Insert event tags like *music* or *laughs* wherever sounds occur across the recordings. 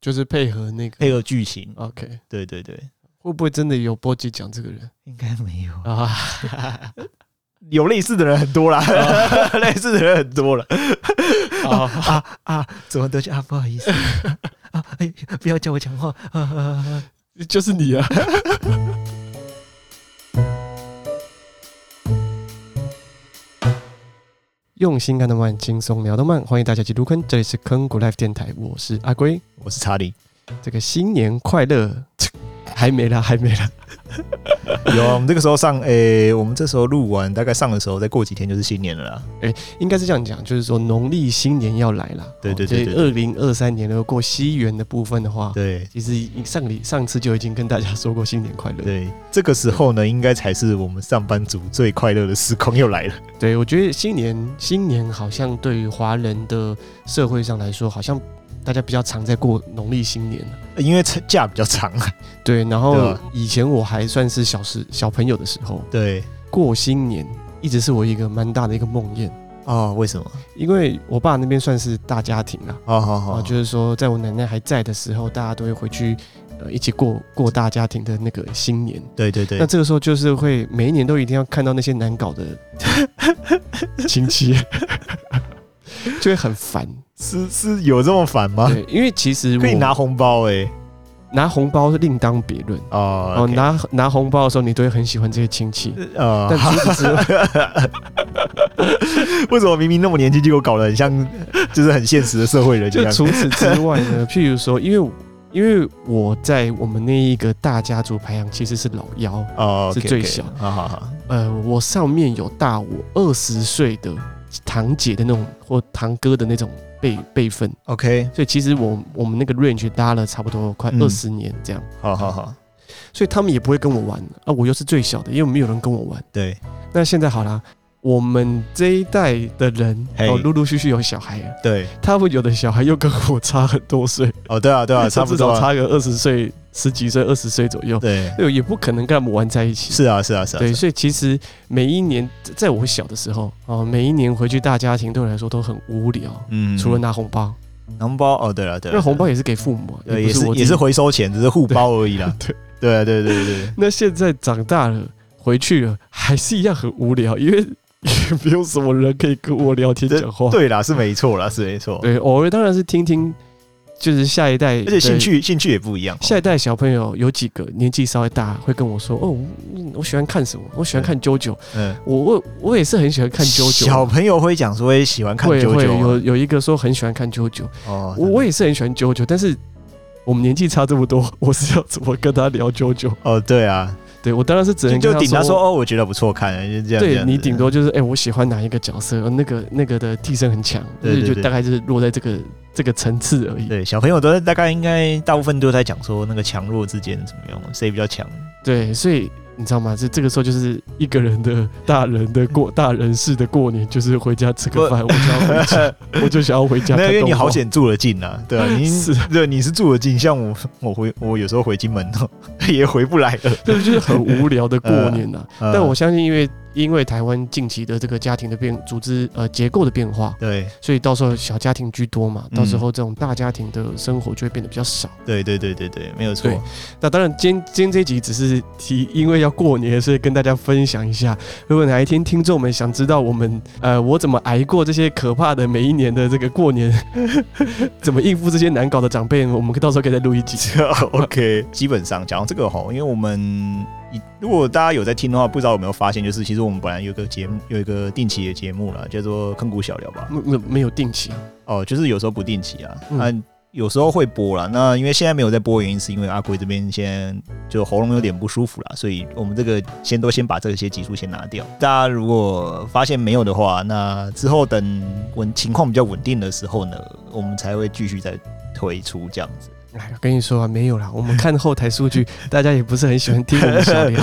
就是配合那个配合剧情。哦 OK，对对对，会不会真的有波吉讲这个人应该没有，啊？ *laughs* 有类似的人很多啦， *laughs* 类似的人很多了。好，啊啊，怎么都去啊？不好意思啊，哎，不要叫我讲话啊啊啊！就是你啊。 *laughs* 用心看动漫，轻松聊动漫，欢迎大家进入坑，这里是坑谷 Life 电台，我是阿龟。我是查理，这个新年快乐， *laughs* 还没啦，还没啦。有啊，我们这个时候上，诶、我们这时候录完，大概上的时候，再过几天就是新年了啦。应该是这样讲，就是说农历新年要来啦。哦对对对对二零二三年如果过西元的部分的话，对其实已上里上次就已经跟大家说过新年快乐。对，这个时候呢，应该才是我们上班族最快乐的时空又来了。对，我觉得新年新年好像对于华人的社会上来说，好像大家比较常在过农历新年。因为假比较长，啊对，然对后啊以前我还算是小时小朋友的时候，对过新年一直是我一个蛮大的一个梦魇，哦，为什么？因为我爸那边算是大家庭啦，哦，好好啊，就是说在我奶奶还在的时候，大家都会回去呃一起过过大家庭的那个新年。对对对那，这个时候就是会每一年都一定要看到那些难 *laughs* 搞的亲戚，就会很烦。是是有这么烦吗？对，因为其实我啊可以拿红包哎、欸，拿红包是另当别论。哦哦， OK 拿拿红包的时候，你都会很喜欢这些亲戚，呃，但除此之外， *laughs* 为什么明明那么年轻，结果搞得很像， *laughs* 就是很现实的社会人一就样？除此之外呢， *laughs* 譬如说，因为因为我在我们那一个大家族排行其实是老幺，哦，是 OK，OK，最小好好好，呃，我上面有大我二十岁的堂姐的那种或堂哥的那种辈辈分， OK，所以其实我我们那个 range 搭了差不多快嗯二十年这样，好好好，嗯所以他们也不会跟我玩啊，我又是最小的，因为没有人跟我玩。对，那现在好啦，我们这一代的人嘿哦，陆陆续续有小孩了，对，他们有的小孩又跟我差很多岁，哦，对啊，*laughs* 对啊，差不至多少啊，差个二十岁、十几岁、二十岁左右，对，对，也不可能跟他们玩在一起。是啊，是啊，是啊，对，是啊所以其实每一年，在在我小的时候哦，每一年回去大家庭对我来说都很无聊，嗯除了拿红包，红包，哦，对了，对因了，为红包也是给父母，对，不也是是我自也己是回收钱，只是互包而已啦。 *laughs* 对，对啊，对对对对，那现在长大了，回去了还是一样很无聊，因为 *laughs* 也没有什么人可以跟我聊天这讲话。对啦，是没错啦，是没错。对，偶尔当然是听听，就是下一代，而且兴。趣兴趣也不一样哦。下一代小朋友有几个年纪稍微大，会跟我说：“哦，我我喜欢看什么？我喜欢看啾啾。嗯，我我我也是很喜欢看啾啾。小朋友会讲说也喜欢看啊会九会九有有一个说很喜欢看啾啾，哦，我我也是很喜欢啾啾，但是我们年纪差这么多，我是要怎么跟他聊啾啾？哦，对啊，对我当然是只就能就跟顶他说哦，我觉得不错看，就这样。这对样子你顶多就是哎、我喜欢哪一个角色，哦那个那个的替身很强，对所以对就对大概就是落在这个这个层次而已。对小朋友都大概应该大部分都在讲说那个强弱之间怎么样，谁比 *laughs* 较强。对，所以你知道吗？这这个时候就是一个人的大人的 *laughs* 过大人式的过年，就是回家吃个不饭，我就要回家， *laughs* 我就想要回家 *laughs* 没看动画。有，因为你好险住得近啊，对啊，*laughs* 你是对你是住得近，像我我回我有时候回金门哦 *laughs* 也回不来了。对，就是很无聊的过年呐、啊 *laughs* 呃但我相信，因为因为台湾近期的这个家庭的变组织呃结构的变化，对所以到时候小家庭居多嘛，嗯到时候这种大家庭的生活就会变得比较少。对对对对对，没有错对。那当然，今天今天这一集只是提，因为要过年，所以跟大家分享一下。如果哪一天听众们想知道我们呃我怎么挨过这些可怕的每一年的这个过年， *laughs* 怎么应付这些难搞的长辈，我们到时候可以再录一集。 *laughs* OK，基本上讲到这个吼，因为我们一如果大家有在听的话，不知道有没有发现，就是其实我们本来有个节目，有一个定期的节目啦，叫做坑谷小聊吧。没没嗯没有定期，哦，就是有时候不定期啊，嗯啊，有时候会播啦。那因为现在没有在播，原因是因为阿龟这边现在就喉咙有点不舒服啦，所以我们这个先都先把这些集数先拿掉。大家如果发现没有的话，那之后等稳情况比较稳定的时候呢，我们才会继续再推出这样子。哎，我跟你说啊，没有啦。我们看后台数据，大家也不是很喜欢听我们小聊，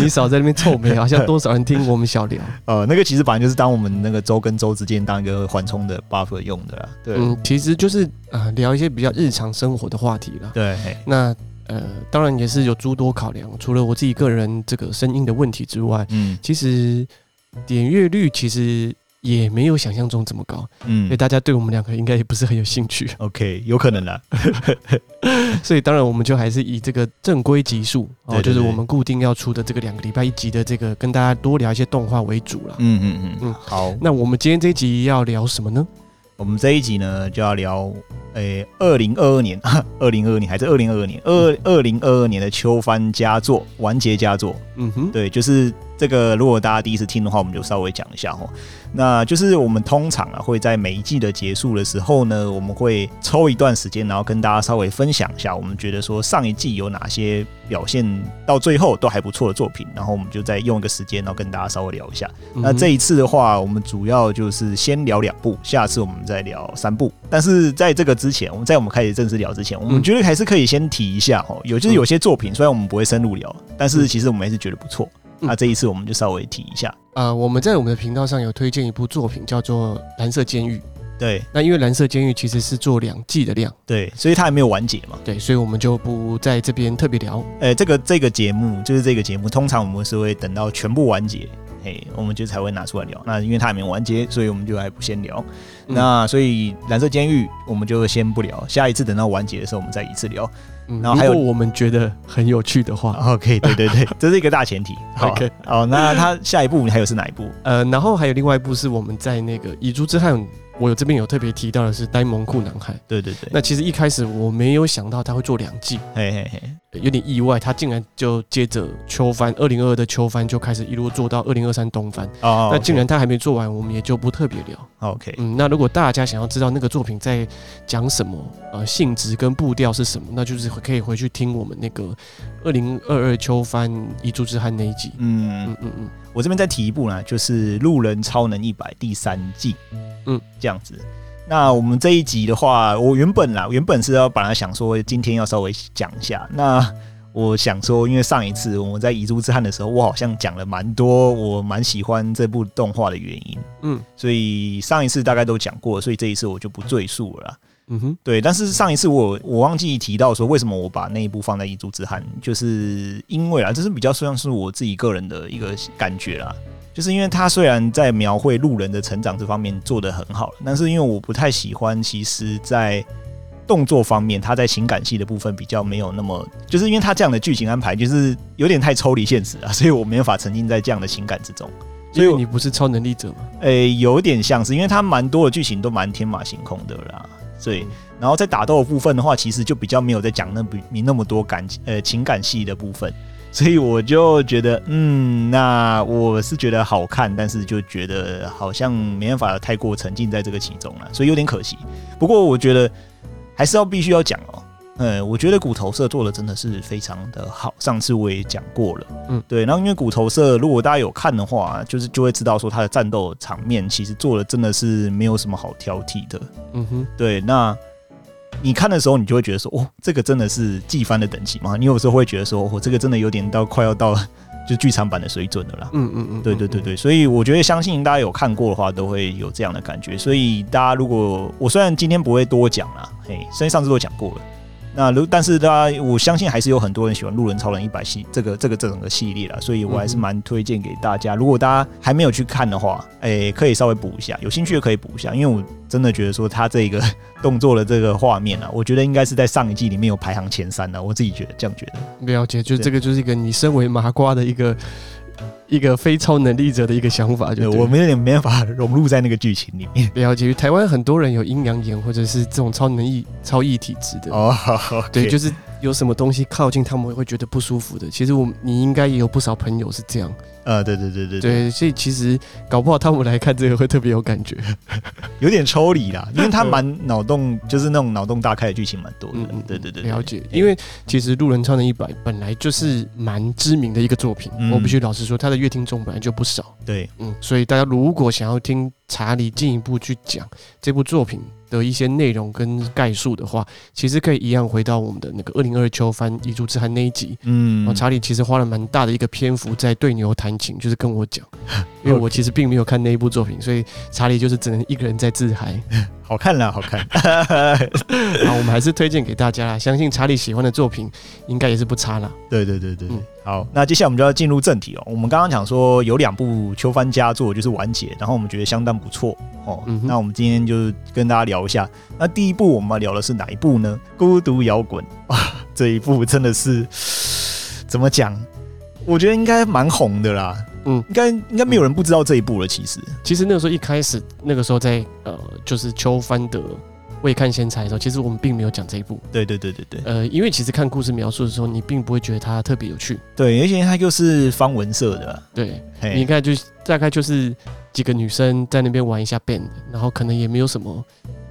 你少在那边臭美，好像多少人听我们小聊。呃，那个其实本来就是当我们那个周跟周之间当一个缓冲的 buffer 用的啦。对、嗯，其实就是啊、呃聊一些比较日常生活的话题啦。对，嘿那呃，当然也是有诸多考量，除了我自己个人这个声音的问题之外，嗯，其实点阅率其实也没有想象中这么高，所以嗯哦大家对我们两个应该也不是很有兴趣。 ，OK，有可能啦。 *laughs* 所以当然我们就还是以这个正规集数哦，对对就是对我们固定要出的这个两个礼拜一集的这个跟大家多聊一些动画为主啦。嗯嗯嗯嗯，好，那我们今天这一集要聊什么呢？我们这一集呢就要聊，诶、二零二二年， *laughs* 二零二二年还是二零二二年，二二零二二年的秋番佳作完结佳作，嗯哼，对，就是这个。如果大家第一次听的话，我们就稍微讲一下哦。那就是我们通常啊会在每一季的结束的时候呢，我们会抽一段时间，然后跟大家稍微分享一下，我们觉得说上一季有哪些表现到最后都还不错的作品，然后我们就再用一个时间，然后跟大家稍微聊一下。嗯哼那这一次的话，我们主要就是先聊两部，下次我们再聊三部。但是在这个之前，我们在我们开始正式聊之前，我嗯们觉得还是可以先提一下哦。有就是有些作品，虽然我们不会深入聊，但是其实我们还是觉得不错。嗯那这一次我们就稍微提一下。呃，我们在我们的频道上有推荐一部作品叫做《蓝色监狱》。对那因为《蓝色监狱》其实是做两季的量，对，所以它还没有完结嘛。对，所以我们就不在这边特别聊。呃，这个这个节目就是这个节目，通常我们是会等到全部完结，嘿，我们就才会拿出来聊。那因为它还没完结，所以我们就还不先聊。嗯那所以蓝色监狱我们就先不聊，下一次等到完结的时候我们再一次聊。嗯，然后还有啊如果我们觉得很有趣的话， OK，对哦 *laughs* 对对，这是一个大前提。好 OK 哦，那他下一步你还有是哪一步？呃，然后还有另外一部是我们在那个《遗珠之汉》，我有这边有特别提到的是《呆萌酷男孩》。对对对，那其实一开始我没有想到他会做两季，嘿嘿嘿，有点意外，他竟然就接着秋番二零二二的秋番就开始一路做到二零二三冬番。哦，那竟然他还没做完，我们也就不特别聊。 OK，嗯，那如果大家想要知道那个作品在讲什么，呃，性质跟步调是什么，那就是可以回去听我们那个二零二二秋番《遗珠之汉》那一集。嗯嗯，嗯嗯，我这边再提一步呢，就是《路人超能一百》第三季，嗯，这样子。那我们这一集的话，我原本啦，原本是要本来想说今天要稍微讲一下，那我想说，因为上一次我们在《遗珠之憾》的时候，我好像讲了蛮多我蛮喜欢这部动画的原因，嗯所以上一次大概都讲过，所以这一次我就不赘述了啦。嗯哼，对，但是上一次我我忘记提到说，为什么我把那一部放在《遗珠之憾》，就是因为啦，这是比较像是我自己个人的一个感觉啦。就是因为他虽然在描绘路人的成长这方面做得很好，但是因为我不太喜欢，其实，在动作方面，他在情感戏的部分比较没有那么，就是因为他这样的剧情安排，就是有点太抽离现实啊，所以我没有法沉浸在这样的情感之中。所所以以我你不是超能力者吗？诶、有点像是，因为它蛮多的剧情都蛮天马行空的啦，对。然后在打斗的部分的话，其实就比较没有在讲那比你那么多感呃情感戏的部分，所以我就觉得，嗯，那我是觉得好看，但是就觉得好像没办法太过沉浸在这个其中了，啊所以有点可惜。不过我觉得还是要必须要讲哦。嗯，我觉得骨头社做的真的是非常的好，上次我也讲过了。对，然后因为骨头社，如果大家有看的话，就是就会知道说它的战斗场面其实做的真的是没有什么好挑剔的。嗯哼，对，那你看的时候，你就会觉得说，哦，这个真的是季番的等级吗？你有时候会觉得说，我、哦、这个真的有点到快要到就剧场版的水准了啦。嗯嗯嗯，对对对对，所以我觉得相信大家有看过的话，都会有这样的感觉。所以大家如果我虽然今天不会多讲啦，嘿，虽然上次都讲过了，那如但是大家我相信还是有很多人喜欢《路人超人一百》系这个这个这整个系列啦，所以我还是嗯哼蛮推荐给大家。如果大家还没有去看的话，诶、可以稍微补一下，有兴趣的可以补一下，因为我真的觉得说他这个 *laughs* 动作的这个画面啊，我觉得应该是在上一季里面有排行前三的、我自己觉得这样觉得。嗯，了解，就是对这个就是一个你身为麻瓜的一个一个非超能力者的一个想法，就对，对我们有点没办法融入在那个剧情里面。了解。台湾很多人有阴阳眼或者是这种超能力超异体质的，哦，好，OK 对，就是有什么东西靠近他们会觉得不舒服的。其实我你应该也有不少朋友是这样，呃，对对对对，对，所以其实搞不好他们来看这个会特别有感觉。有点抽 *laughs* 离啦，因为它蛮脑洞，就是那种脑洞大开的剧情蛮多的嗯嗯，，对对对，对了解。因为其实《路人超能一百》本来就是蛮知名的一个作品，嗯我必须老实说，它的乐听众本来就不少。对，嗯，所以大家如果想要听查理进一步去讲这部作品的一些内容跟概述的话，其实可以一样回到我们的那个二零二秋番《遗珠之憾》那一集。哦，嗯，查理其实花了蛮大的一个篇幅在对牛弹琴，就是跟我讲，因为我其实并没有看那一部作品，所以查理就是只能一个人在自嗨。好看啦，*laughs* 好看。 *laughs* 啊，我们还是推荐给大家啦。相信查理喜欢的作品应该也是不差啦。对对对对，对嗯好，那接下来我们就要进入正题哦。我们刚刚讲说有两部秋帆佳作就是完结，然后我们觉得相当不错哦。嗯哼那我们今天就跟大家聊一下，那第一部我们要聊的是哪一部呢？《孤独摇滚》 *laughs* 啊，这一部真的是 *sighs* 怎么讲？我觉得应该蛮红的啦，嗯，应该应该没有人不知道这一部了。其实，其实那个时候一开始，那个时候在呃，就是秋帆的未看先猜的时候，其实我们并没有讲这一部。对对对对对呃，因为其实看故事描述的时候，你并不会觉得它特别有趣。对，而且它又是方文社的，啊对，你应嘿，该就大概就是几个女生在那边玩一下 band，然后可能也没有什么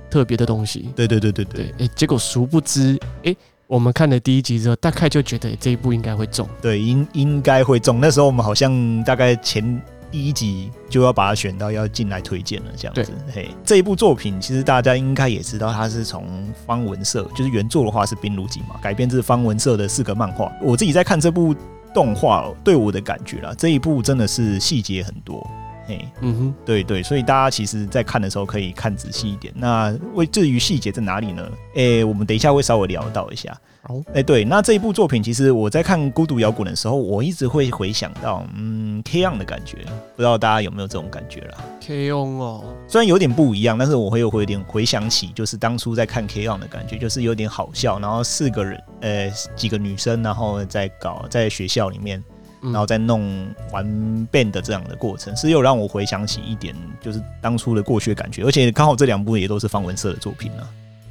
特别的东西。对对对对对对，哎、结果殊不知，哎、我们看了第一集之后，大概就觉得、诶这一部应该会中。对，应应该会中。那时候我们好像大概前第一集就要把它选到要进来推荐了，这样子。嘿，这一部作品其实大家应该也知道，它是从方文社，就是原作的话是冰如集嘛，改编自方文社的四个漫画。我自己在看这部动画、哦，对我的感觉啦，这一部真的是细节很多。嘿，嗯哼，对对，所以大家其实，在看的时候可以看仔细一点。那为至于细节在哪里呢？诶，我们等一下会稍微聊到一下。好，哎、对，那这一部作品，其实我在看《孤独摇滚》的时候，我一直会回想到，嗯，K on 的感觉，不知道大家有没有这种感觉啦？ K O 哦，虽然有点不一样，但是我会有会有点回想起，就是当初在看 K on 的感觉，就是有点好笑，然后四个人，呃，几个女生，然后在搞在学校里面，嗯然后再弄玩 band 的这样的过程，是又让我回想起一点，就是当初的过去的感觉，而且刚好这两部也都是方文社的作品啊，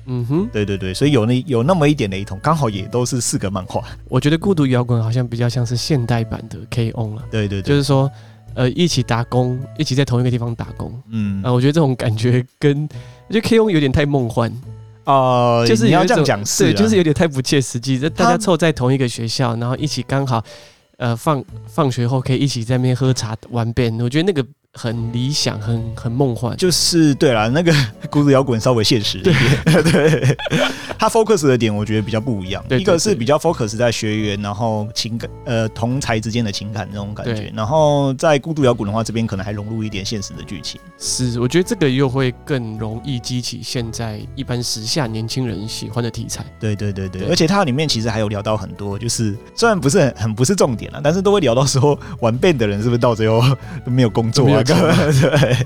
嗯哼，对对对，所以有那有那么一点雷同，刚好也都是四个漫画，我觉得孤独摇滚好像比较像是现代版的 K O 了，对对对，就是说，呃，一起打工，一起在同一个地方打工。嗯啊、我觉得这种感觉跟我觉得 K O 有点太梦幻，哦，就是你有要一这样种讲是啊，对，就是有点太不切实际。这大他家凑在同一个学校，然后一起刚好，呃，放放学后可以一起在那边喝茶玩 band，我觉得那个很理想，很很梦幻。就是对啦，那个 *laughs* 骨子摇滚稍微现实一点，对， *laughs* 他 focus 的点我觉得比较不一样，对对一个是对比较 focus 在学员，然后情感呃同才之间的情感那种感觉对，然后在孤独摇滚的话，这边可能还融入一点现实的剧情，是，我觉得这个又会更容易激起现在一般时下年轻人喜欢的题材。对对对对，对而且它里面其实还有聊到很多，就是虽然不是很很不是重点了，但是都会聊到说玩 band 的人是不是到最后都没有工作没啊，有工 *laughs* 对，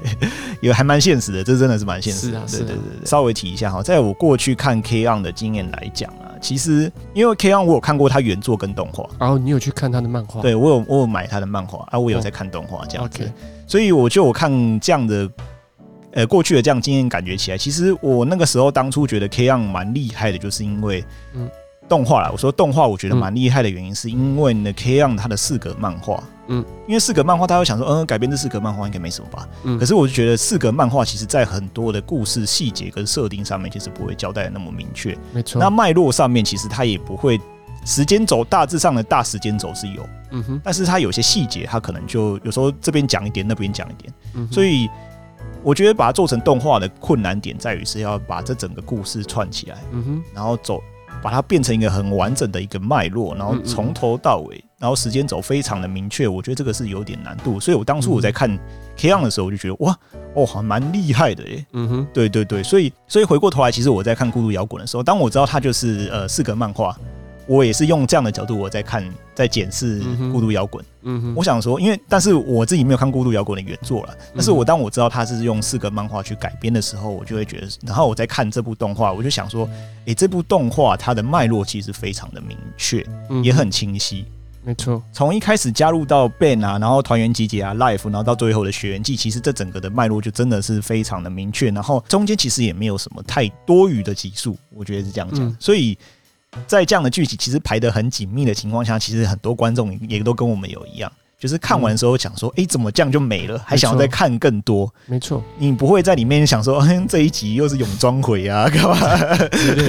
也还蛮现实的，这真的是蛮现实是的，啊对是啊对对对，稍微提一下哈，在我过去看 K on 的经验来讲啊，其实因为 K on 我有看过他原作跟动画，然后你有去看他的漫画？对我有我有买他的漫画啊，我有哦在看动画这样子， ，OK，所以我就有看这样的，呃，过去的这样经验感觉起来，其实我那个时候当初觉得 K on 蛮厉害的，就是因为，嗯动画啦，我说动画我觉得蛮厉害的原因，是因为呢 K on 它的四格漫画，嗯，因为四格漫画大家会想说，嗯，改编这四格漫画应该没什么吧，嗯可是我就觉得四格漫画其实在很多的故事细节跟设定上面，其实不会交代的那么明确，没错。那脉络上面其实它也不会。时间轴大致上的大时间轴是有，嗯哼，但是它有些细节，它可能就有时候这边讲一点，那边讲一点，嗯哼所以我觉得把它做成动画的困难点在于是要把这整个故事串起来，嗯哼，然后走把它变成一个很完整的一个脉络，然后嗯嗯从头到尾，然后时间走非常的明确，我觉得这个是有点难度。所以我当初嗯我在看 K on 的时候，我就觉得哇哦，还蛮厉害的耶。嗯哼，对对对，所以所以回过头来，其实我在看《孤独摇滚》的时候，当我知道它就是呃四格漫画，我也是用这样的角度我在看，在检视嗯《哼孤独摇滚》嗯哼，我想说，因为但是我自己没有看《孤独摇滚》的原作了，但是我当我知道它是用四个漫画去改编的时候，我就会觉得，然后我在看这部动画，我就想说，诶、这部动画它的脉络其实非常的明确，嗯哼也很清晰。没错。从一开始加入到 band 啊，然后团员集结啊，life，然后到最后的学员季，其实这整个的脉络就真的是非常的明确。然后中间其实也没有什么太多余的集数，我觉得是这样讲。嗯所以在这样的剧集其实排得很紧密的情况下，其实很多观众也都跟我们有一样，就是看完之后想说，哎诶，怎么这样就没了，还想要再看更多。没错，你不会在里面想说， *laughs* 嗯，这一集又是泳装回啊，干嘛 *laughs*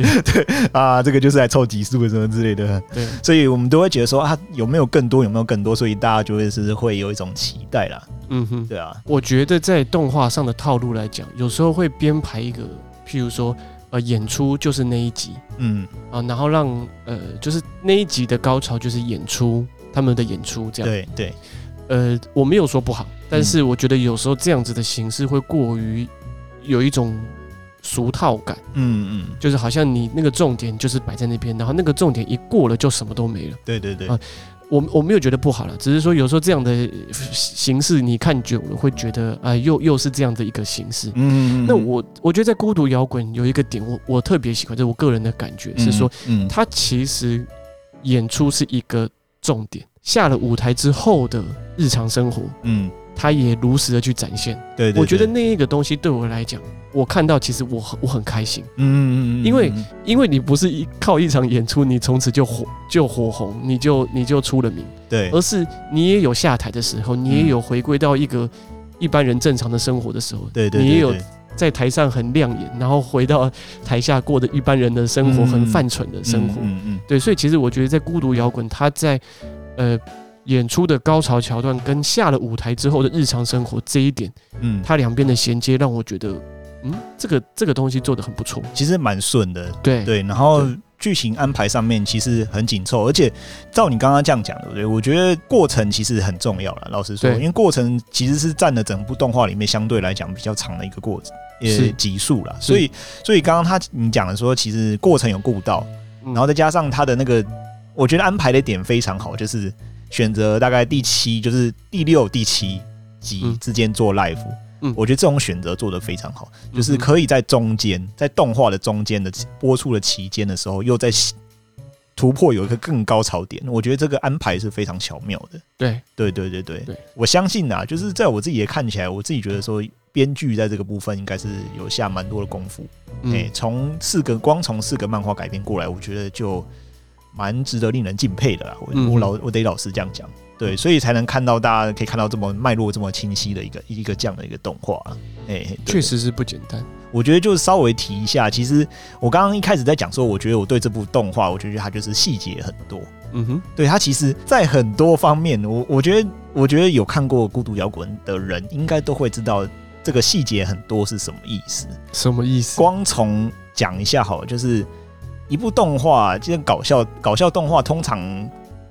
啊？这个就是来凑集数的什么之类的。 *laughs* 对，所以我们都会觉得说啊，有没有更多，有没有更多，所以大家就会是会有一种期待啦，嗯哼，对啊，我觉得在动画上的套路来讲，有时候会编排一个，譬如说，呃，演出就是那一集嗯，啊，然后让呃，就是那一集的高潮就是演出，他们的演出这样。对对，呃，我没嗯有说不好，但是我觉得有时候这样子的形式会过于有一种俗套感，嗯嗯，就是好像你那个重点就是摆在那边，然后那个重点一过了就什么都没了。对对对，啊我我没有觉得不好了，只是说有时候这样的呃形式你看久了会觉得啊、又又是这样的一个形式。嗯嗯嗯那我我觉得在孤独摇滚有一个点我，我特别喜欢，这是我个人的感觉，是说，嗯嗯它其实演出是一个重点，下了舞台之后的日常生活，嗯，它也如实的去展现。对对对，我觉得那一个东西对我来讲，我看到其实我很我很开心，嗯，嗯嗯嗯，因为嗯因为你不是一靠一场演出，你从此就火就火红，你就你就出了名，对，而是你也有下台的时候，你也嗯有回归到一个一般人正常的生活的时候，对对，嗯你对也有对在台上很亮眼，然后回到台下过的一般人的生活，嗯很犯蠢的生活。嗯嗯对，所以其实我觉得在孤独摇滚，它在呃演出的高潮桥段跟下了舞台之后的日常生活这一点，嗯嗯，它两边的衔接让我觉得，嗯，这个这个东西做的很不错。其实蛮顺的，对对，然后对剧情安排上面其实很紧凑，而且照你刚刚这样讲，对不对？我觉得过程其实很重要了。老实说，对因为过程其实是占了整部动画里面相对来讲比较长的一个过程。也是集数啦，所以所以刚刚他你讲的说，其实过程有顾到，嗯然后再加上他的那个，我觉得安排的点非常好，就是选择大概第七，就是第六、第七集嗯之间做 live，、嗯我觉得这种选择做得非常好。就是嗯哼可以在中间，在动画的中间的播出的期间的时候，又在突破有一个更高潮点。我觉得这个安排是非常巧妙的。对对对对对，对我相信啊，就是在我自己也看起来，我自己觉得说，编剧在这个部分应该是有下蛮多的功夫。嗯哎、从、四个光从四个漫画改编过来，我觉得就蛮值得令人敬佩的啦。我、嗯我老我得老实这样讲，对，所以才能看到大家可以看到这么脉络这么清晰的一个一个这样的一个动画啊。哎、对确实是不简单。我觉得就稍微提一下，其实我刚刚一开始在讲说，我觉得我对这部动画，我觉得它就是细节很多。嗯哼，对它其实，在很多方面，我我觉得，我觉得有看过《孤独摇滚》的人，应该都会知道这个细节很多是什么意思。什么意思？光从讲一下好了，就是一部动画，这种搞笑搞笑动画，通常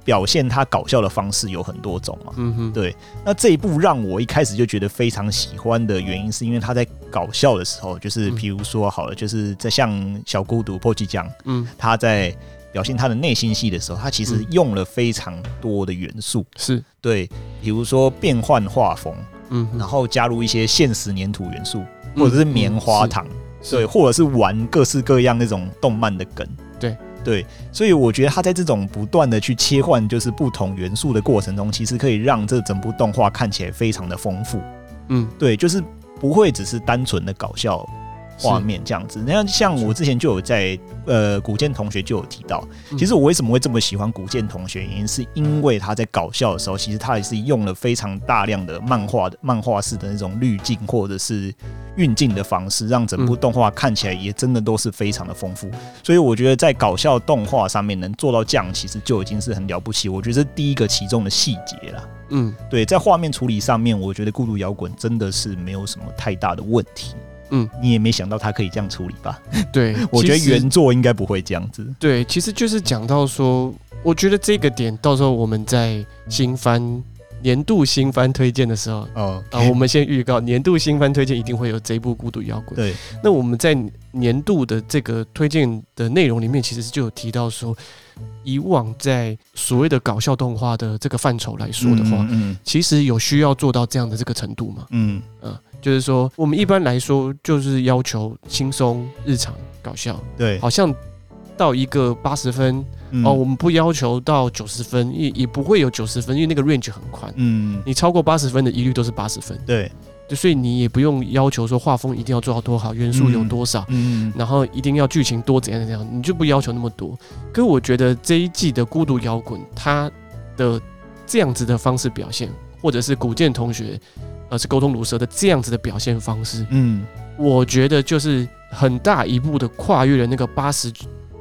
表现它搞笑的方式有很多种嘛。嗯哼，对那这一部让我一开始就觉得非常喜欢的原因，是因为他在搞笑的时候，就是嗯比如说好了，就是在像小孤独 p o c 酱，嗯，他在表现他的内心戏的时候，他其实嗯用了非常多的元素，是，对，比如说变换画风，嗯哼，嗯然后加入一些现实粘土元素，或者是棉花糖，是，对，对，或者是玩各式各样那种动漫的梗，对对，所以我觉得他在这种不断的去切换就是不同元素的过程中，其实可以让这整部动画看起来非常的丰富，嗯，对，就是不会只是单纯的搞笑是画，面这样子。那像我之前就有在呃古剑同学就有提到，嗯其实我为什么会这么喜欢古剑同学，原因是因为他在搞笑的时候，其实他也是用了非常大量的漫画的漫画式的那种滤镜或者是运镜的方式，让嗯整部动画看起来也真的都是非常的丰富。所以我觉得在搞笑动画上面能做到这样，其实就已经是很了不起。我觉得这是第一个其中的细节啦。嗯对，在画面处理上面，我觉得《孤独摇滚》真的是没有什么太大的问题。嗯，你也没想到他可以这样处理吧？对， *laughs* 我觉得其实原作应该不会这样子。对，其实就是讲到说，我觉得这个点到时候我们在新番年度新番推荐的时候。哦啊，我们先预告年度新番推荐一定会有这一部《孤独摇滚》。对，那我们在年度的这个推荐的内容里面，其实就有提到说，以往在所谓的搞笑动画的这个范畴来说的话，嗯其实有需要做到这样的这个程度吗？嗯嗯，就是说我们一般来说就是要求轻松、日常、搞笑，嗯，对，好像到一个八十分、嗯哦，我，们不要求到九十分，也也不会有九十分，因为那个 range 很宽。嗯，你超过八十分的一律都是八十分，对，就所以你也不用要求说画风一定要做到多好，元素有多少，嗯然后一定要剧情多怎样怎样，你就不要求那么多。可我觉得这一季的《孤独摇滚》，它的这样子的方式表现，或者是古剑同学，呃，是沟通如蛇的这样子的表现方式，嗯我觉得就是很大一步的跨越了那个八十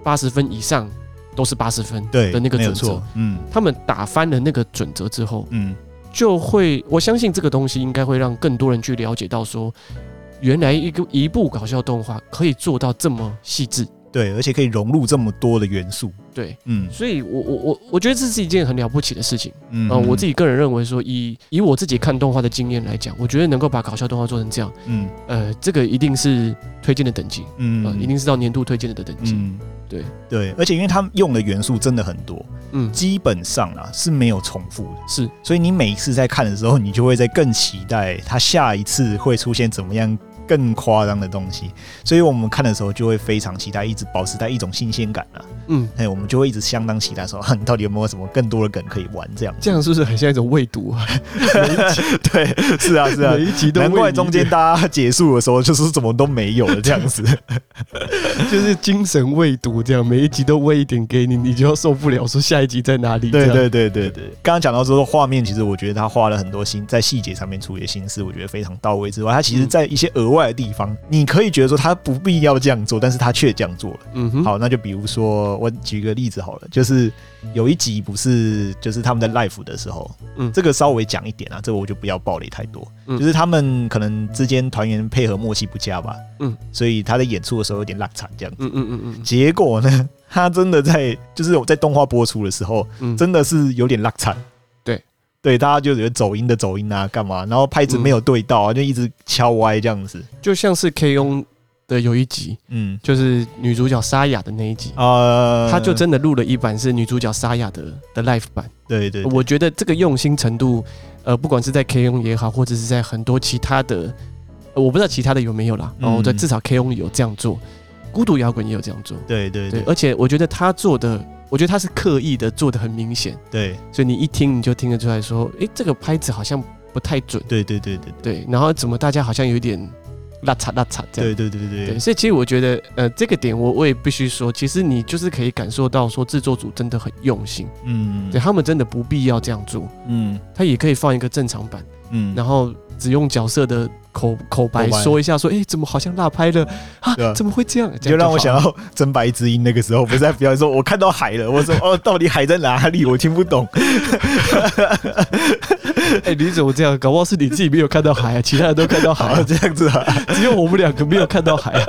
八十分以上都是八十分对的那个没有准则错。，嗯他们打翻了那个准则之后，嗯就会，我相信这个东西应该会让更多人去了解到说，原来一个一部搞笑动画可以做到这么细致，对，而且可以融入这么多的元素，对，嗯所以我我我我觉得这是一件很了不起的事情。嗯呃，我自，己个人认为说，以以我自己看动画的经验来讲，我觉得能够把搞笑动画做成这样，嗯呃，这个一定是推荐的等级，嗯呃，一定是到年度推荐的等级。嗯，对对，而且因为他们用的元素真的很多，嗯，基本上啊是没有重复的，是所以你每一次在看的时候，你就会在更期待它下一次会出现怎么样更夸张的东西，所以我们看的时候就会非常期待，一直保持在一种新鲜感啊，嗯，哎，我们就会一直相当期待说，啊你到底有没有什么更多的梗可以玩这样？这样是不是很像一种未读 *laughs* 啊？ *laughs* 对，是啊，是 *laughs* 啊，每一集都难怪喂你中间大家结束的时候就是怎么都没有了这样子。 *laughs* 就是精神未读，这样每一集都喂一点给你，你就要受不了，说下一集在哪里？对这样对对对对，刚刚讲到说画面，其实我觉得他花了很多心在细节上面处理的心思，我觉得非常到位之外，他其嗯实在一些额外的地方，你可以觉得说他不必要这样做，但是他却这样做了。嗯哼，，好，那就比如说我举一个例子好了，就是有一集不是就是他们在 live 的时候，嗯这个稍微讲一点啊，这个我就不要暴雷太多，嗯就是他们可能之间团员配合默契不佳吧，嗯，所以他在演出的时候有点落惨这样。嗯嗯嗯嗯结果呢， *laughs* 他真的在就是我在动画播出的时候，嗯，真的是有点落惨。对，对，大家就觉得走音的走音啊，干嘛？然后拍子嗯没有对到啊，就一直敲歪这样子。就像是 K O 的有一集，嗯，就是女主角沙哑的那一集。呃，他就真的录了一版是女主角沙哑的的 live 版，对对，对我觉得这个用心程度，呃，不管是在 K O 也好，或者是在很多其他的，呃我不知道其他的有没有啦，嗯哦，在至少 K O 有这样做，孤独摇滚也有这样做，对对对，对而且我觉得他做的，我觉得他是刻意的做的很明显，对所以你一听你就听得出来说，诶，这个拍子好像不太准，对对对对对对，然后怎么大家好像有一点拉嚓拉嚓这样。对对对对，对所以其实我觉得，呃，这个点我我也必须说，其实你就是可以感受到说制作组真的很用心，嗯对他们真的不必要这样做，嗯他也可以放一个正常版，嗯，然后只用角色的口口白口白说一下说，诶，怎么好像落拍了啊对啊？怎么会这样？就让我想到，到真白之音那个时候，不是在表演说，我看到海了，我说哦，到底海在哪里？我听不懂。诶，你怎么这样？搞不好是你自己没有看到海啊，其他人都看到海好，啊，这样子啊，只有我们两个没有看到海啊。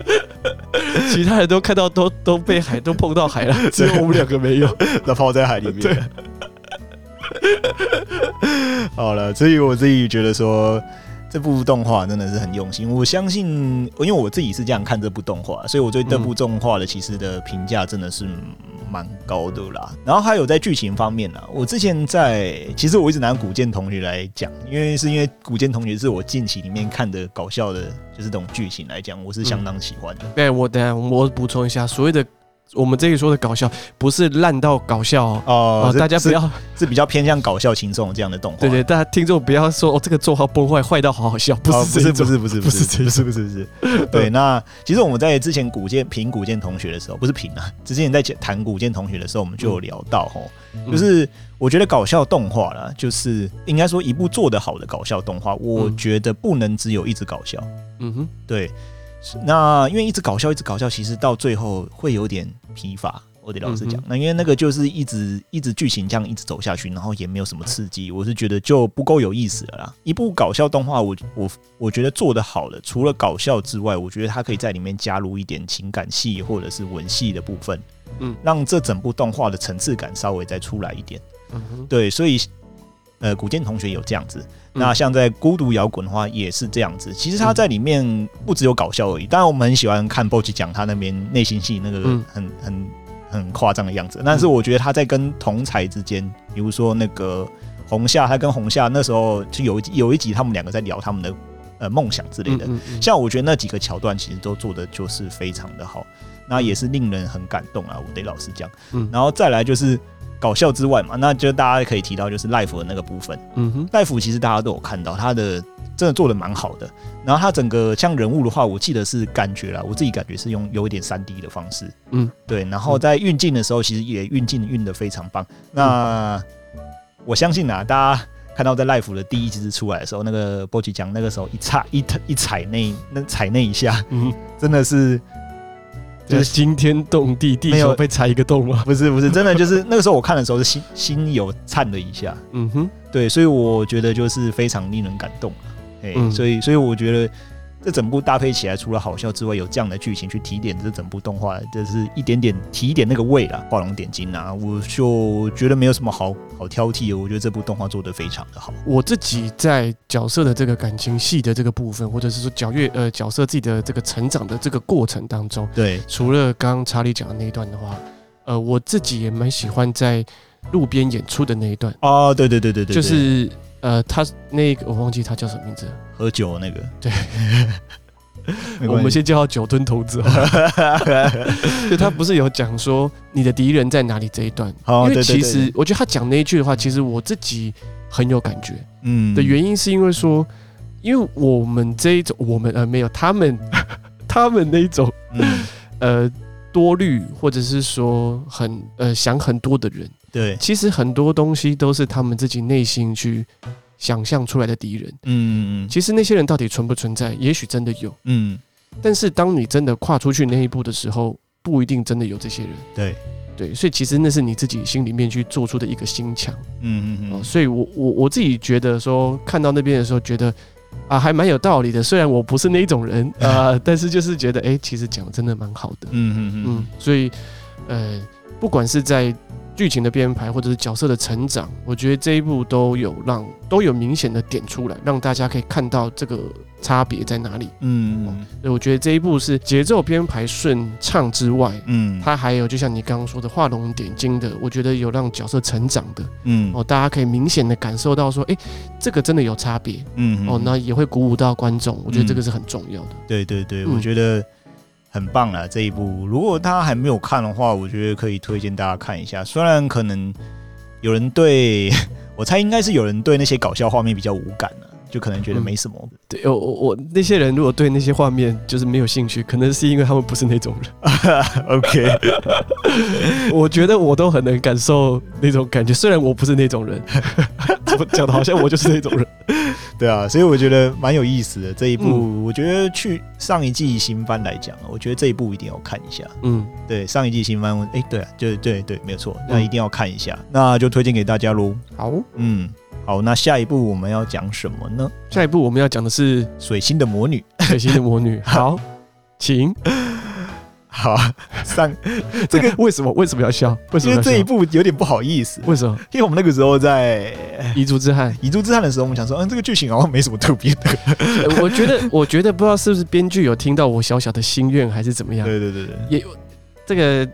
*laughs* 其他人都看到都都被海都碰到海了，只有我们两个没有。那泡在海里面。好了，所以我自己觉得说，这部动画真的是很用心。我相信，因为我自己是这样看这部动画，所以我对这嗯部动画的其实的评价真的是蛮高的啦。然后还有在剧情方面呢，啊我之前在其实我一直拿古剑同学来讲，因为是因为古剑同学是我近期里面看的搞笑的，就是这种剧情来讲，我是相嗯当喜欢的。对，哎我等下我补充一下，所谓的我们这里说的搞笑，不是烂到搞笑哦，哦哦大家不要是是比较偏向搞笑轻松这样的动画。对对，大家听众不要说哦，这个做好崩坏，坏到好好笑，不哦是这不种，是不是 *laughs* 不不是是不是不是不是不 *laughs* 是，对。那其实我们在之前古建评古建同学的时候，不是评啊，之前在讲谈古建同学的时候，我们就有聊到吼，就是我觉得搞笑动画啦，就是应该说一部做得好的搞笑动画，我嗯觉得不能只有一直搞笑，嗯哼，对。那因为一直搞笑一直搞笑，其实到最后会有点疲乏。我得老实讲嗯，那因为那个就是一直一直剧情这样一直走下去，然后也没有什么刺激，我是觉得就不够有意思了啦。一部搞笑动画，我我我觉得做得好的，除了搞笑之外，我觉得它可以在里面加入一点情感戏或者是文戏的部分，嗯让这整部动画的层次感稍微再出来一点。嗯嗯哼，对，所以呃，古剑同学有这样子。那像在孤独摇滚的话也是这样子，其实嗯他在里面不只有搞笑而已。当然，我们很喜欢看 BOSS 讲他那边内心戏那个嗯很很很夸张的样子，但是我觉得他在跟同才之间，比如说那个红夏，他跟红夏那时候就有一集有一集他们两个在聊他们的呃梦想之类的，嗯嗯像我觉得那几个桥段其实都做的就是非常的好，那也是令人很感动啊，我得老实讲。嗯然后再来就是搞笑之外嘛，那就大家可以提到就是 life 的那个部分嗯哼， ，life 其实大家都有看到，他的真的做的蛮好的。然后他整个像人物的话，我记得是感觉啦，我自己感觉是用有一点三 D 的方式，嗯，对。然后在运镜的时候，其实也运镜运的非常棒。那我相信啊，大家。看到在 Life 的第一集是出来的时候，那个波吉讲那个时候一踩一一踩那那踩那一下，嗯哼，真的是就是惊天动地，地没有球被踩一个洞吗？不是不是，真的就是那个时候我看的时候是心心有颤了一下，嗯哼，对，所以我觉得就是非常令人感动啊，哎、嗯所以所以我觉得这整部搭配起来，除了好笑之外，有这样的剧情去提点这整部动画，这是一点点提一点那个味啦，画龙点睛啊！我就觉得没有什么好好挑剔的，我觉得这部动画做得非常的好。我自己在角色的这个感情戏的这个部分，或者是说角乐呃角色自己的这个成长的这个过程当中，对，除了刚刚查理讲的那一段的话，呃，我自己也蛮喜欢在路边演出的那一段，哦，对对对对对，就对是呃，他那个我忘记他叫什么名字了，喝酒那个，对，没我关们系，先叫他酒吞童 *laughs* 子好了。就他不是有讲说你的敌人在哪里这一段，好，因为对对其对实我觉得他讲那一句的话，其实我自己很有感觉 *laughs* 嗯的原因是因为说，因为我们这一种我们呃没有他 *laughs* 们他们那一种嗯，呃多虑或者是说很呃想很多的人，对，其实很多东西都是他们自己内心去想象出来的敌人。嗯嗯其实那些人到底存不存在，也许真的有，嗯，但是当你真的跨出去那一步的时候，不一定真的有这些人。对，对，所以其实那是你自己心里面去做出的一个心墙。嗯嗯哦，嗯，所以我我我自己觉得说，看到那边的时候，觉得啊，还蛮有道理的。虽然我不是那一种人啊、呃但是就是觉得，哎、其实讲得真的蛮好的。嗯嗯嗯，所以呃，不管是在剧情的编排，或者是角色的成长，我觉得这一部都有让都有明显的点出来，让大家可以看到这个差别在哪里。嗯所以我觉得这一部是节奏编排顺畅之外。嗯它还有，就像你刚刚说的画龙点睛的，我觉得有让角色成长的，嗯哦，大家可以明显的感受到说，诶，这个真的有差别嗯哦，那也会鼓舞到观众，我觉得嗯这个是很重要的。对对对，嗯我觉得很棒啦这一部。如果大家还没有看的话，我觉得可以推荐大家看一下。虽然可能有人对 *laughs* 我猜应该是有人对那些搞笑画面比较无感了、就可能嗯觉得没什么。 *laughs* 对，我我我那些人如果对那些画面就是没有兴趣，可能是因为他们不是那种人。 *laughs* OK，我觉得我都很能感受那种感觉，虽然我不是那种人， *laughs* 怎么讲的好像我就是那种人。对啊，所以我觉得蛮有意思的这一部。嗯我觉得去上一季新番来讲啊，我觉得这一部一定要看一下。嗯，对，上一季新番，哎、对啊，对对对，没有错，那嗯一定要看一下，那就推荐给大家喽。好，嗯，好，那下一步我们要讲什么呢？下一步我们要讲的是水星的魔女。水星的魔女。好，请。 *laughs* 好，上这个为什么为什么要笑？为什么因为要笑这一部有点不好意思，为什么因为我们那个时候在《遗珠之 *laughs* 憾？遗珠之憾》的时候，我们想说，嗯，这个剧情好像没什么特别 *laughs* 的。呃我觉得，我觉得不知道是不是编剧有听到我小小的心愿，还是怎么样。对对对对也这个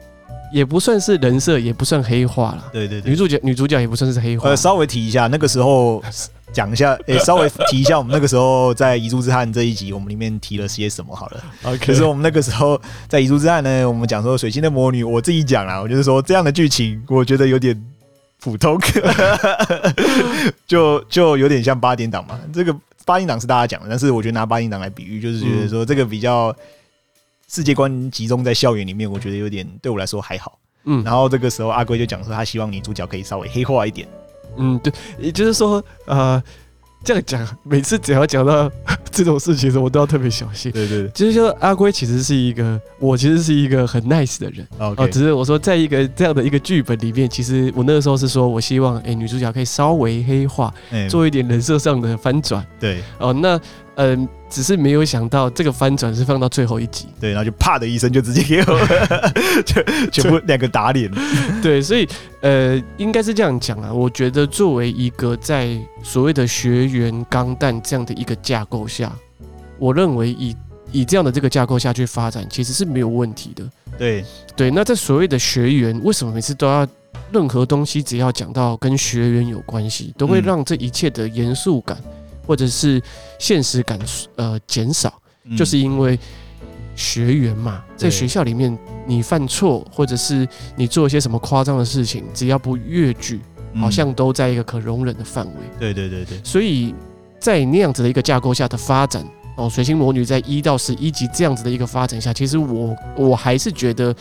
也不算是人设，也不算黑化了。对对女对。主角女主角也不算是黑化呃，，稍微提一下，那个时候讲一下，诶、稍微提一下，我们那个时候在《遗珠之憾》这一集，我们里面提了些什么好了。可可是是我们那个时候在《遗珠之憾》呢，我们讲说水星的魔女，我自己讲啊啦，我就是说这样的剧情，我觉得有点普通，就就有点像八点档嘛。这个八点档是大家讲的，但是我觉得拿八点档来比喻，就是觉得说这个比较世界观集中在校园里面，我觉得有点对我来说还好。嗯然后这个时候阿龟就讲说，他希望女主角可以稍微黑化一点。嗯，对，也就是说，呃，这样讲，每次只要讲到 *laughs* 这种事情的时候，我都要特别小心。对对就是说，阿龟其实是一个，我其实是一个很 nice 的人对哦， ，OK，只是我说，在一个这样的一个剧本里面，其实我那个时候是说，我希望哎、女主角可以稍微黑化，哎做一点人设上的翻转对哦。那嗯、只是没有想到这个翻转是放到最后一集，对，然后就啪的一声就直接给 *laughs* 我，全全部两个打脸。对，所以呃，应该是这样讲啊。我觉得作为一个在所谓的学员钢弹这样的一个架构下，我认为以以这样的这个架构下去发展，其实是没有问题的。对，对，那在所谓的学员，为什么每次都要任何东西只要讲到跟学员有关系，都会嗯让这一切的严肃感或者是现实感呃减少？嗯就是因为学员嘛，在对学校里面你犯错，或者是你做一些什么夸张的事情，只要不越矩，嗯好像都在一个可容忍的范围。对对对对，所以在那样子的一个架构下的发展，哦，水星魔女在一到十一集这样子的一个发展下，其实我我还是觉得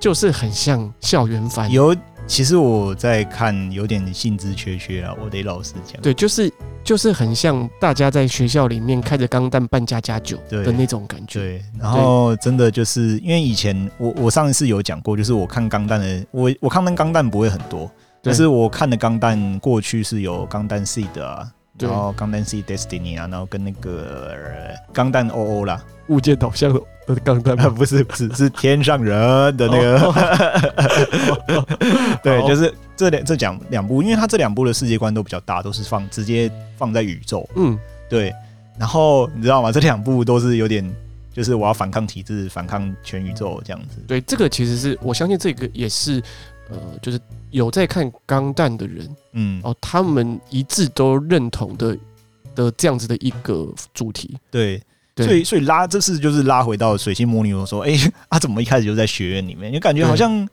就是很像校园番，有其实我在看有点兴致缺缺啊，我得老实讲。对，就是。就是很像大家在学校里面开着钢弹扮家家酒对的那种感觉，对，然后真的就是因为以前我我上一次有讲过，就是我看钢弹的，我我看那钢弹不会很多，但是我看的钢弹过去是有钢弹 seed 啊，对然后《钢弹 C Destiny》啊，然后跟那个呃《钢弹 OO》啦，物件导向的钢弹啊吗？ *laughs* 不是不是是天上人的那个， *laughs* 对，哦好就是这两这讲两部，因为它这两部的世界观都比较大，都是放直接放在宇宙，嗯，对。然后你知道吗？这两部都是有点，就是我要反抗体制，反抗全宇宙这样子。对，这个其实是我相信这个也是，呃，就是有在看钢弹的人嗯，哦，他们一致都认同的的这样子的一个主题。对。对所以，所以拉这次就是拉回到水星魔女，我说，哎、啊，怎么一开始就在学院里面？你感觉好像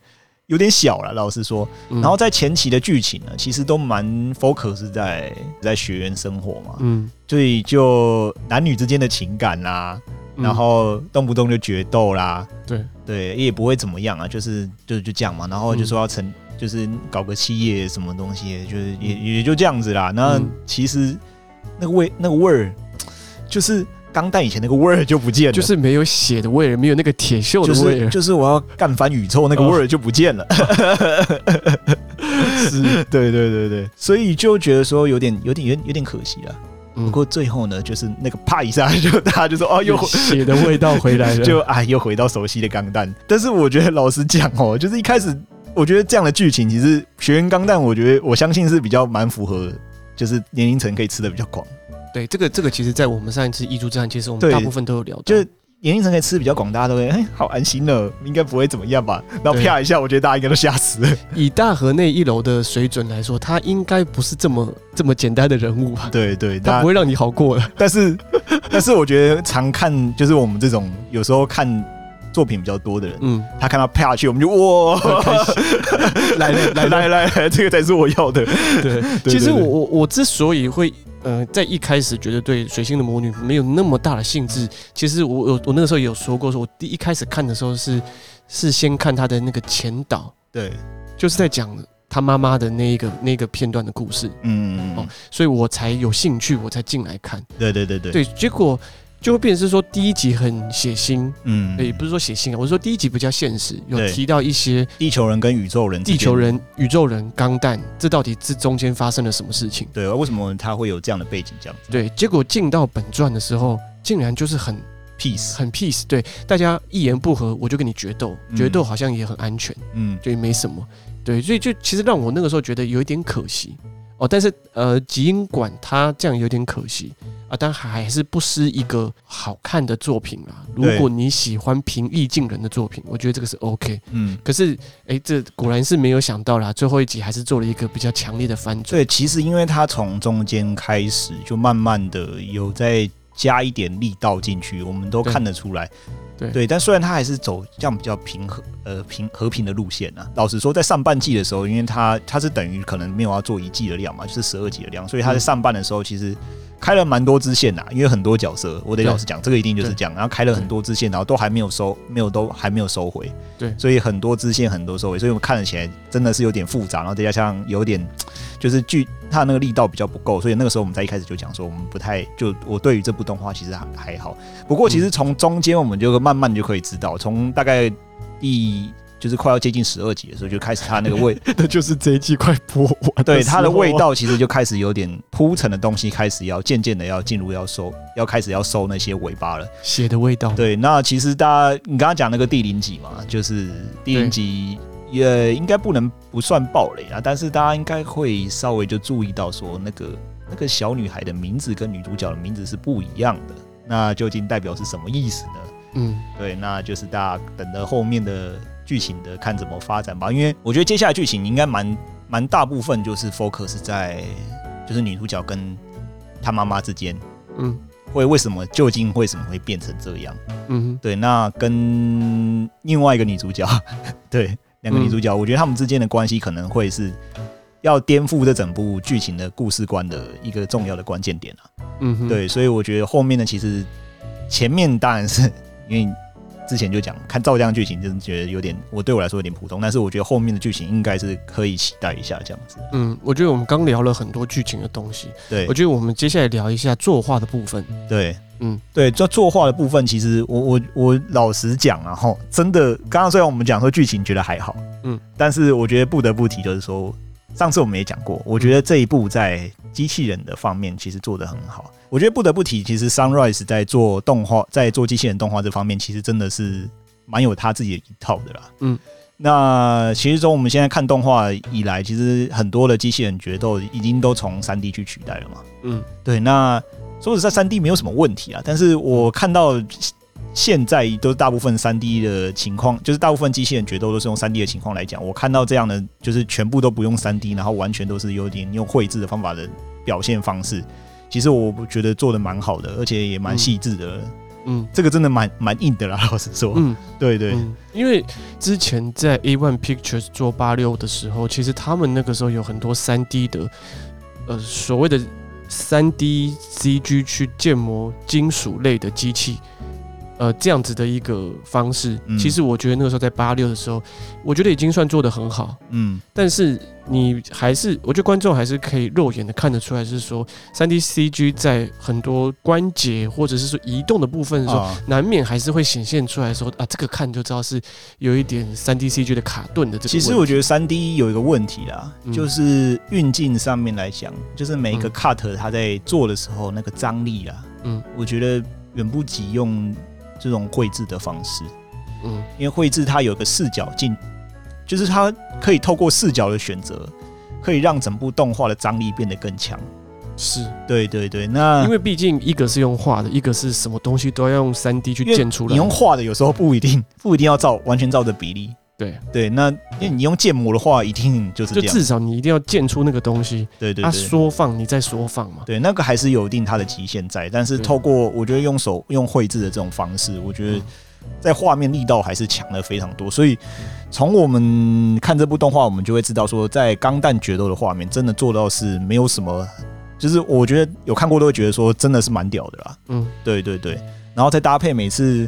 有点小了，老实说。嗯、然后，在前期的剧情呢，其实都蛮 focus 在在学院生活嘛，嗯，所以就男女之间的情感啦、嗯然后动不动就决斗啦，对对，也不会怎么样啊，就是就就这样嘛。然嗯后就说要成，就是搞个企业什么东西，就是也也就这样子啦。那嗯其实那个味那个味儿，就是钢弹以前那个味儿就不见了，就是没有血的味儿，没有那个铁锈就的味是儿，哦就是我要干翻宇宙那个味儿就不见了。 *laughs* 是 *laughs* 对对对对，所以就觉得说有点有点有点有点可惜了。不不过最后呢，就是那个啪一下就大家就说哦， *laughs* 又回血的味道回来了。 *laughs* 就哎，又回到熟悉的钢弹。但是我觉得老实讲哦，就是一开始我觉得这样的剧情，其实《学员钢弹》，我觉得我相信是比较蛮符合，就是年龄层可以吃的比较广，对这个这个，其实，在我们上一次《异珠之战》，其实我们对大部分都有聊到，就是年龄层可以吃的比较广，大家都会哎，好安心了，应该不会怎么样吧？然后对啪一下，我觉得大家应该都吓死了。以大河内一楼的水准来说，他应该不是这么这么简单的人物吧？对对，他但不会让你好过的。但是但是我觉得常看就是我们这种有时候看作品比较多的人，嗯，他看到啪下去，我们就哇，开心来了来了，*laughs* 来来来，这个才是我要的。对。 *laughs* 对其实对我对我我之所以会呃在一开始觉得对水星的魔女没有那么大的兴致，其实我我我那个时候也有说过，说我第一开始看的时候是是先看他的那个前导，对，就是在讲他妈妈的那一个那个片段的故事，嗯，哦所以我才有兴趣，我才进来看。对对对对，对，结果就会变成是说第一集很血腥，嗯也不是说血腥啊，我是说第一集比较现实，有对提到一些地球人跟宇宙人之地间，球人、宇宙人、钢弹，这到底这中间发生了什么事情？对，为什么他会有这样的背景？这样子对，结果进到本传的时候，竟然就是很 peace，很 peace，对，大家一言不合我就跟你决斗，嗯决斗好像也很安全，嗯，就也没什么，对，所以就其实让我那个时候觉得有一点可惜哦，但是呃，集英馆它这样有点可惜啊，但还是不失一个好看的作品啦。如对果你喜欢平易近人的作品，我觉得这个是 OK。嗯，可是哎、这果然是没有想到啦，最后一集还是做了一个比较强烈的翻转，对，其实因为他从中间开始就慢慢的有在加一点力道进去，我们都对看得出来。对对，但虽然他还是走这样比较平和呃平和平的路线啊。老实说，在上半季的时候，因为他他是等于可能没有要做一季的量嘛，就是十二集的量，所以他在嗯上半的时候其实开了蛮多支线呐、因为很多角色，我得对老实讲，这个一定就是对这样。然后开了很多支线，然后都还没有收，没有都还没有收回。对所以很多支线很多收尾，所以我们看得起来真的是有点复杂，然后再加上有点就是剧它那个力道比较不够，所以那个时候我们在一开始就讲说，我们不太就我对于这部动画其实还还好，不过其实从中间我们就慢慢就可以知道，从大概第就是快要接近十二集的时候就开始它那个味，那就是这一季快播完，对它的味。道其实就开始有点铺陈的东西开始要渐渐的要进入要收要开始要收那些尾巴了。血的味道，对，那其实大家你刚刚讲那个第零集嘛，就是第零集也应该不能不算暴雷啊，但是大家应该会稍微就注意到说那个那个小女孩的名字跟女主角的名字是不一样的，那究竟代表是什么意思呢？嗯，对，那就是大家等着后面的剧情的看怎么发展吧，因为我觉得接下来剧情应该蛮蛮大部分就是 focus 在就是女主角跟她妈妈之间嗯会为什么究竟为什么会变成这样。嗯对，那跟另外一个女主角， *laughs* 对，两个女主角，我觉得她们之间的关系可能会是要颠覆这整部剧情的故事观的一个重要的关键点啊。嗯哼，对，所以我觉得后面呢，其实前面当然是因为之前就讲，看照这样剧情，真的觉得有点，我对我来说有点普通，但是我觉得后面的剧情应该是可以期待一下这样子。嗯，我觉得我们刚聊了很多剧情的东西，对我，觉得我们接下来聊一下作画的部分。对，嗯嗯，对，这作画的部分，其实我我我老实讲啊，吼，真的，刚刚虽然我们讲说剧情觉得还好，嗯嗯，但是我觉得不得不提就是说，上次我们也讲过，我觉得这一部在机器人的方面其实做得很好。我觉得不得不提，其实 Sunrise 在做动画，在做机器人动画这方面，其实真的是蛮有他自己的一套的啦。嗯，那其实从我们现在看动画以来，其实很多的机器人决斗已经都从三 D 去取代了嘛。嗯，对，那说实在，三 D 没有什么问题啊，但是嗯我看到现在都是大部分三 D 的情况，就是大部分机器人决斗都是用三 D 的情况来讲，我看到这样的就是全部都不用三 D，然后完全都是有点用绘制的方法的表现方式，其实我觉得做的蛮好的，而且也蛮细致的，嗯这个真的蛮蛮硬的啦，老实说，嗯对哦对嗯，因为之前在 A One Pictures 做八六的时候，其实他们那个时候有很多三 D 的，呃，所谓的三 D CG 去建模金属类的机器，呃，这样子的一个方式。嗯其实我觉得那个时候在八六的时候，我觉得已经算做得很好，嗯但是你还是，我觉得观众还是可以肉眼的看得出来，是说三 D CG 在很多关节或者是说移动的部分的时候，啊难免还是会显现出来说啊，这个看就知道是有一点三 D CG 的卡顿的这个问题。其实我觉得三 D 有一个问题啦，嗯就是运镜上面来讲，就是每一个嗯 cut 它在做的时候那个张力啊，嗯，我觉得远不及用这种绘制的方式，嗯因为绘制它有个视角进，就是它可以透过视角的选择，可以让整部动画的张力变得更强。是对对对，那因为毕竟一个是用画的，一个是什么东西都要用三 D 去因为建出来。你用画的有时候不一定 *laughs* 不一定要照完全照着比例。对对，那因为你用建模的话，一定就是就这样至。少你一定要建出那个东西，对对它对。缩放你再缩放嘛。对，那个还是有一定它的极限在，但是对透过我觉得用手用绘制的这种方式，我觉得嗯在画面力道还是强了非常多。所以从我们看这部动画，我们就会知道说，在钢弹决斗的画面真的做到是没有什么，就是我觉得有看过都会觉得说真的是蛮屌的啦。嗯，对对对，然后再搭配每次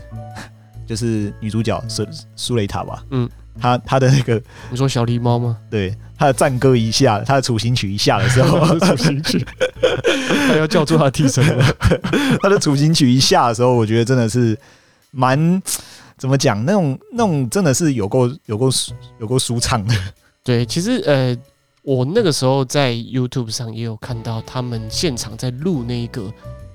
就是女主角苏苏雷塔吧，嗯，她她的那个你说小狸猫吗？对她的战歌一下，她的处刑曲一下的时候， *laughs* 它要叫出它的替身了。 *laughs* 他的主心曲一下的时候，我觉得真的是蛮怎么讲，那种那种真的是有够有够舒有够舒畅的。对，其实呃，我那个时候在 YouTube 上也有看到他们现场在录那一个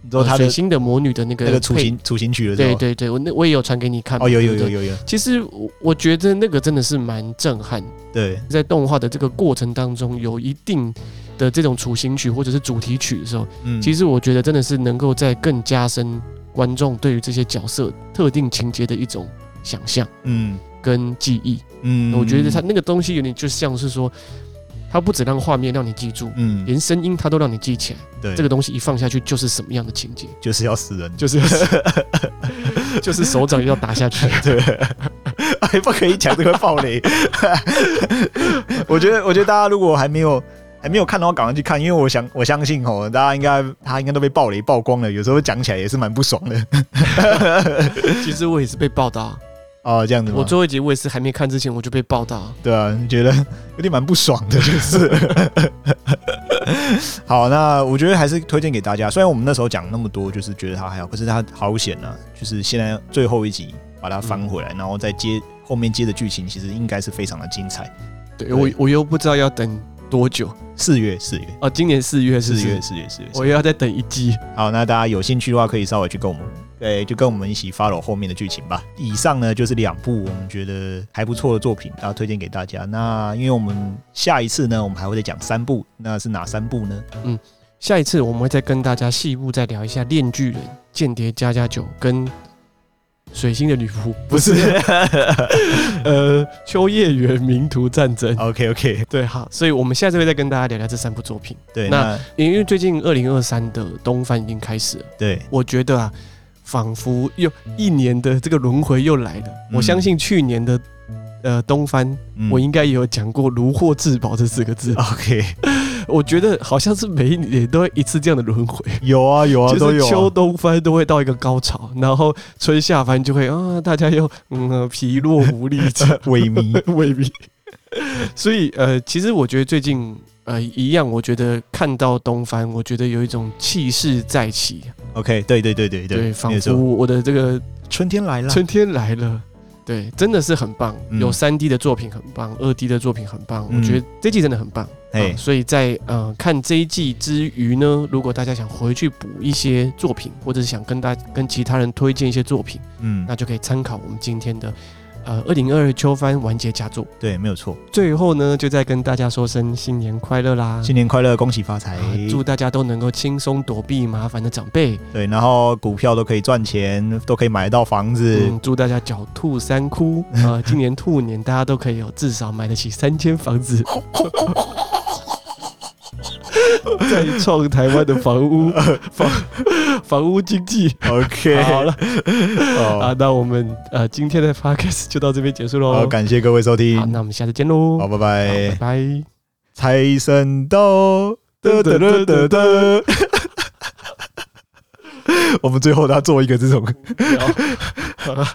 你知道呃他的水星的魔女的那个那个主配心主心曲的时对候，对对，我那我也有传给你看嘛。哦，有有对不有对。有有，其实我我觉得那个真的是蛮震撼，对在动画的这个过程当中，有一定的这种雏形曲或者是主题曲的时候，嗯，其实实我觉得真的是能够在更加深观众对于这些角色特定情节的一种想象嗯跟记忆。嗯，我觉得它那个东西有点就像是说，它不只让画面让你记住，嗯连声音它都让你记起来。对这个东西一放下去就是什么样的情节，就是要死人，就是 *laughs* 就是手掌要打下 *laughs* 去。 *laughs* 对，哎，不可以讲这个暴雷。 *laughs* 我觉得，我觉得大家如果还没有还没有看的话，赶快去看，因为我想我相信哦，大家应该他应该都被暴雷曝光了，有时候讲起来也是蛮不爽的其实我也是被报道啊，哦，这样子吗我最后一集我也是还没看之前我就被报道啊。对啊，你觉得 *laughs* 有点蛮不爽的，就是。 *laughs* 好，那我觉得还是推荐给大家。虽然我们那时候讲那么多，就是觉得它还好，可是它好险啊！就是现在最后一集把它翻回来，然后再接后面接的剧情，其实应该是非常的精彩。对对我我又不知道要等多久四月，四月，哦，今年四月是不四是月，，四月，四月。四我月又要再等一季。好，那大家有兴趣的话，可以稍微去跟我们，对，就跟我们一起 follow 后面的剧情吧。以上呢就是两部我们觉得还不错的作品，然后推荐给大家。那因为我们下一次呢，我们还会再讲三部，那是哪三部呢？下一次我们会再跟大家细部再聊一下《恋巨人》《间谍加加九》跟《水星的女仆》，不 *laughs* 是呃《秋叶原名图战争》。 ，OK OK，对，好，所以我们下次会再跟大家聊聊这三部作品，对，那那因为最近二零二三的东番已经开始了。对我觉得啊，仿佛又一年的这个轮回又来了。嗯我相信去年的呃东番，嗯啊我应该也有讲过“如获至宝”这四个字。 *laughs* OK 我觉得好像是每一年都会一次这样的轮 *laughs* 回。有啊有啊就都是有啊秋冬番都会到一个高潮，然后春夏番就会啊，大家又嗯呃疲弱无力，萎靡， *laughs* 萎靡。所以呃，其实我觉得最近呃一样，我觉得看到东番，我觉得有一种气势再起， OK，对对对对对，没仿有错佛我的这个春天来了，春天来了，对，真的是很棒，嗯有三 D 的作品很棒，二 D 的作品很棒，嗯我觉得这季真的很棒。嘿啊所以在呃看这一季之余呢，如果大家想回去补一些作品，或者是想跟大跟其他人推荐一些作品，嗯，那就可以参考我们今天的呃二零二二秋番完结佳作。对，没有错。最后呢，就再跟大家说声新年快乐啦！新年快乐，恭喜发财啊！祝大家都能够轻松躲避麻烦的长辈，对，然后股票都可以赚钱，都可以买到房子。嗯，祝大家狡兔三 *laughs* 窟啊、呃今年兔年大家都可以有至少买得起三间房 *laughs* 子，再创台湾的房 *laughs* 屋房房屋经济。 OK，好了哦啊，那我们呃今天的 podcast 就到这边结束喽。好，感谢各位收听好，，那我们下次见喽。好，好拜拜拜。拜。财神到，得得得得 *laughs* 得。我们最后他做一个这种 *laughs* 好好了，